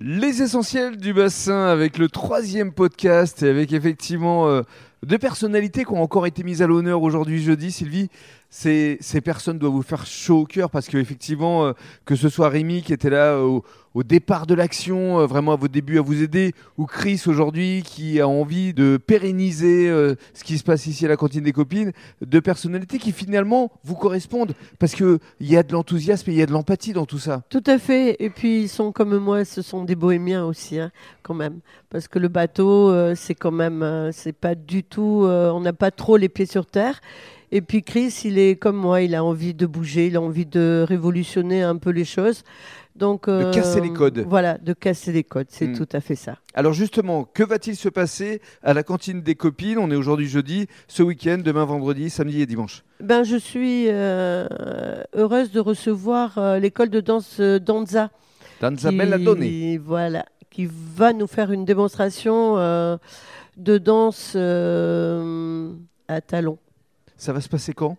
Les essentiels du bassin avec le troisième podcast et avec effectivement euh, deux personnalités qui ont encore été mises à l'honneur aujourd'hui jeudi. Sylvie, ces, ces personnes doivent vous faire chaud au cœur parce que effectivement, euh, que ce soit Rémi qui était là euh, au, au départ de l'action, euh, vraiment à vos débuts à vous aider, ou Chris aujourd'hui qui a envie de pérenniser euh, ce qui se passe ici à la cantine des copines, deux personnalités qui finalement vous correspondent parce que il y a de l'enthousiasme et il y a de l'empathie dans tout ça. Tout à fait. Et puis ils sont comme moi, ce sont des bohémiens aussi, hein, quand même. Parce que le bateau, euh, c'est quand même, euh, c'est pas du tout, euh, on n'a pas trop les pieds sur terre. Et puis Chris, il est comme moi, il a envie de bouger, il a envie de révolutionner un peu les choses. Donc, euh, De casser les codes. Voilà, de casser les codes, c'est Mm. tout à fait ça. Alors justement, que va-t-il se passer à la cantine des copines On est aujourd'hui jeudi, ce week-end, demain vendredi, samedi et dimanche. Ben, je suis euh, heureuse de recevoir euh, l'école de danse euh, Danza. Danza qui- Bella Donne. Voilà, qui va nous faire une démonstration euh, de danse euh, à talons. Ça va se passer quand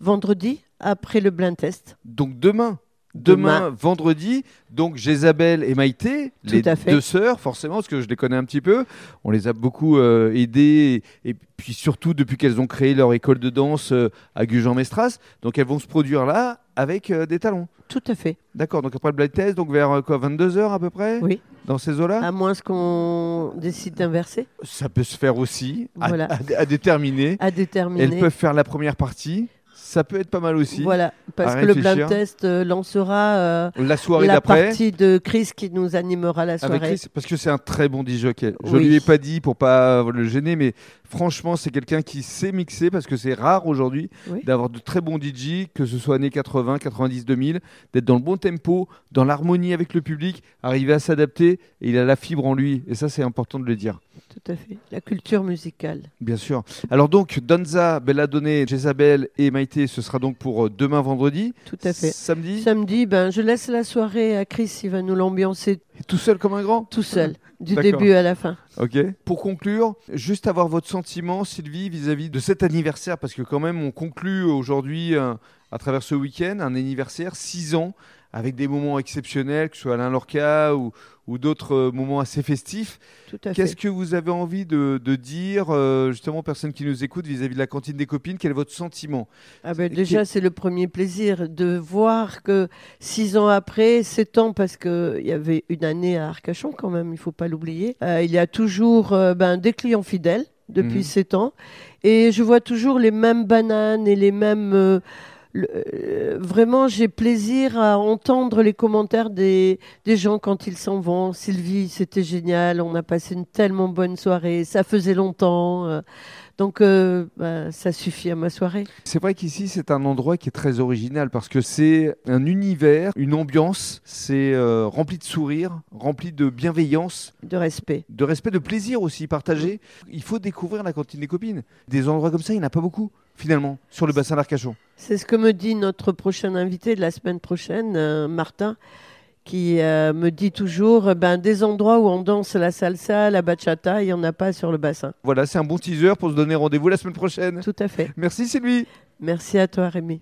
Vendredi, après le blind test. Donc demain. demain. Demain. vendredi. Donc Jézabel et Maïté, Tout les à fait. deux sœurs, forcément, parce que je les connais un petit peu. On les a beaucoup euh, aidées. Et, et puis surtout depuis qu'elles ont créé leur école de danse euh, à Gujan-Mestras. Donc elles vont se produire là avec euh, des talons. Tout à fait. D'accord, donc après le blind test, donc vers euh, quoi 22h à peu près Oui. Ah Dans ces eaux-là À moins qu'on décide d'inverser, Ça peut se faire aussi, à- Voilà. à, à déterminer. à Elles déterminer. peuvent faire la première partie. Ça peut être pas mal aussi. Voilà, parce à que le blind réfléchir. test euh, lancera euh, La soirée la d'après. partie de Chris qui nous animera la Avec soirée. Chris, parce que c'est un très bon DJ. Je Oui. lui ai pas dit pour pas le gêner, mais franchement, c'est quelqu'un qui sait mixer parce que c'est rare aujourd'hui Oui. d'avoir de très bons DJ, que ce soit années 80, 90, 2000, d'être dans le bon tempo, dans l'harmonie avec le public, arriver à s'adapter. Et il a la fibre en lui, et ça, c'est important de le dire. Tout à fait. La culture musicale. Bien sûr. Alors donc, Danza, Belladone, Jezabel et Maïté, ce sera donc pour euh, demain vendredi, Tout à fait. samedi, Samedi, ben, je laisse la soirée à Chris, il va nous l'ambiancer tout seul comme un grand. tout seul, du Ah. D'accord. début à la fin. Ok. Pour conclure, juste avoir votre sentiment, Sylvie, vis-à-vis de cet anniversaire, parce que quand même, on conclut aujourd'hui, euh, à travers ce week-end, un anniversaire, 6 ans, avec des moments exceptionnels, que ce soit Alain Lorca ou, ou d'autres euh, moments assez festifs. Tout à fait. Qu'est-ce que vous avez envie de, de dire, euh, justement, aux personnes qui nous écoutent, vis-à-vis de la cantine des copines Quel est votre sentiment Ah ben qui- déjà, c'est le premier plaisir de voir que six ans après, sept ans, parce qu'il y avait une année à Arcachon quand même, il faut pas l'oublier, euh, il y a toujours euh, ben, des clients fidèles depuis Mhm. sept ans. Et je vois toujours les mêmes bananes et les mêmes... euh, le- euh, vraiment, j'ai plaisir à entendre les commentaires des, des gens quand ils s'en vont. Sylvie, c'était génial, on a passé une tellement bonne soirée, ça faisait longtemps. euh, donc, euh, ben, ça suffit à ma soirée. C'est vrai qu'ici, c'est un endroit qui est très original parce que c'est un univers, une ambiance, c'est euh, rempli de sourires, rempli de bienveillance. de respect. de respect, de plaisir aussi partagé. Il faut découvrir la cantine des copines. Des endroits comme ça, il n'y en a pas beaucoup, finalement, sur le bassin d'Arcachon. C'est ce que me dit notre prochain invité de la semaine prochaine, euh, Martin, qui euh, me dit toujours euh, ben, des endroits où on danse la salsa, la bachata, il n'y en a pas sur le bassin. Voilà, c'est un bon teaser pour se donner rendez-vous la semaine prochaine. Tout à fait. Merci Sylvie Merci à toi, Rémi.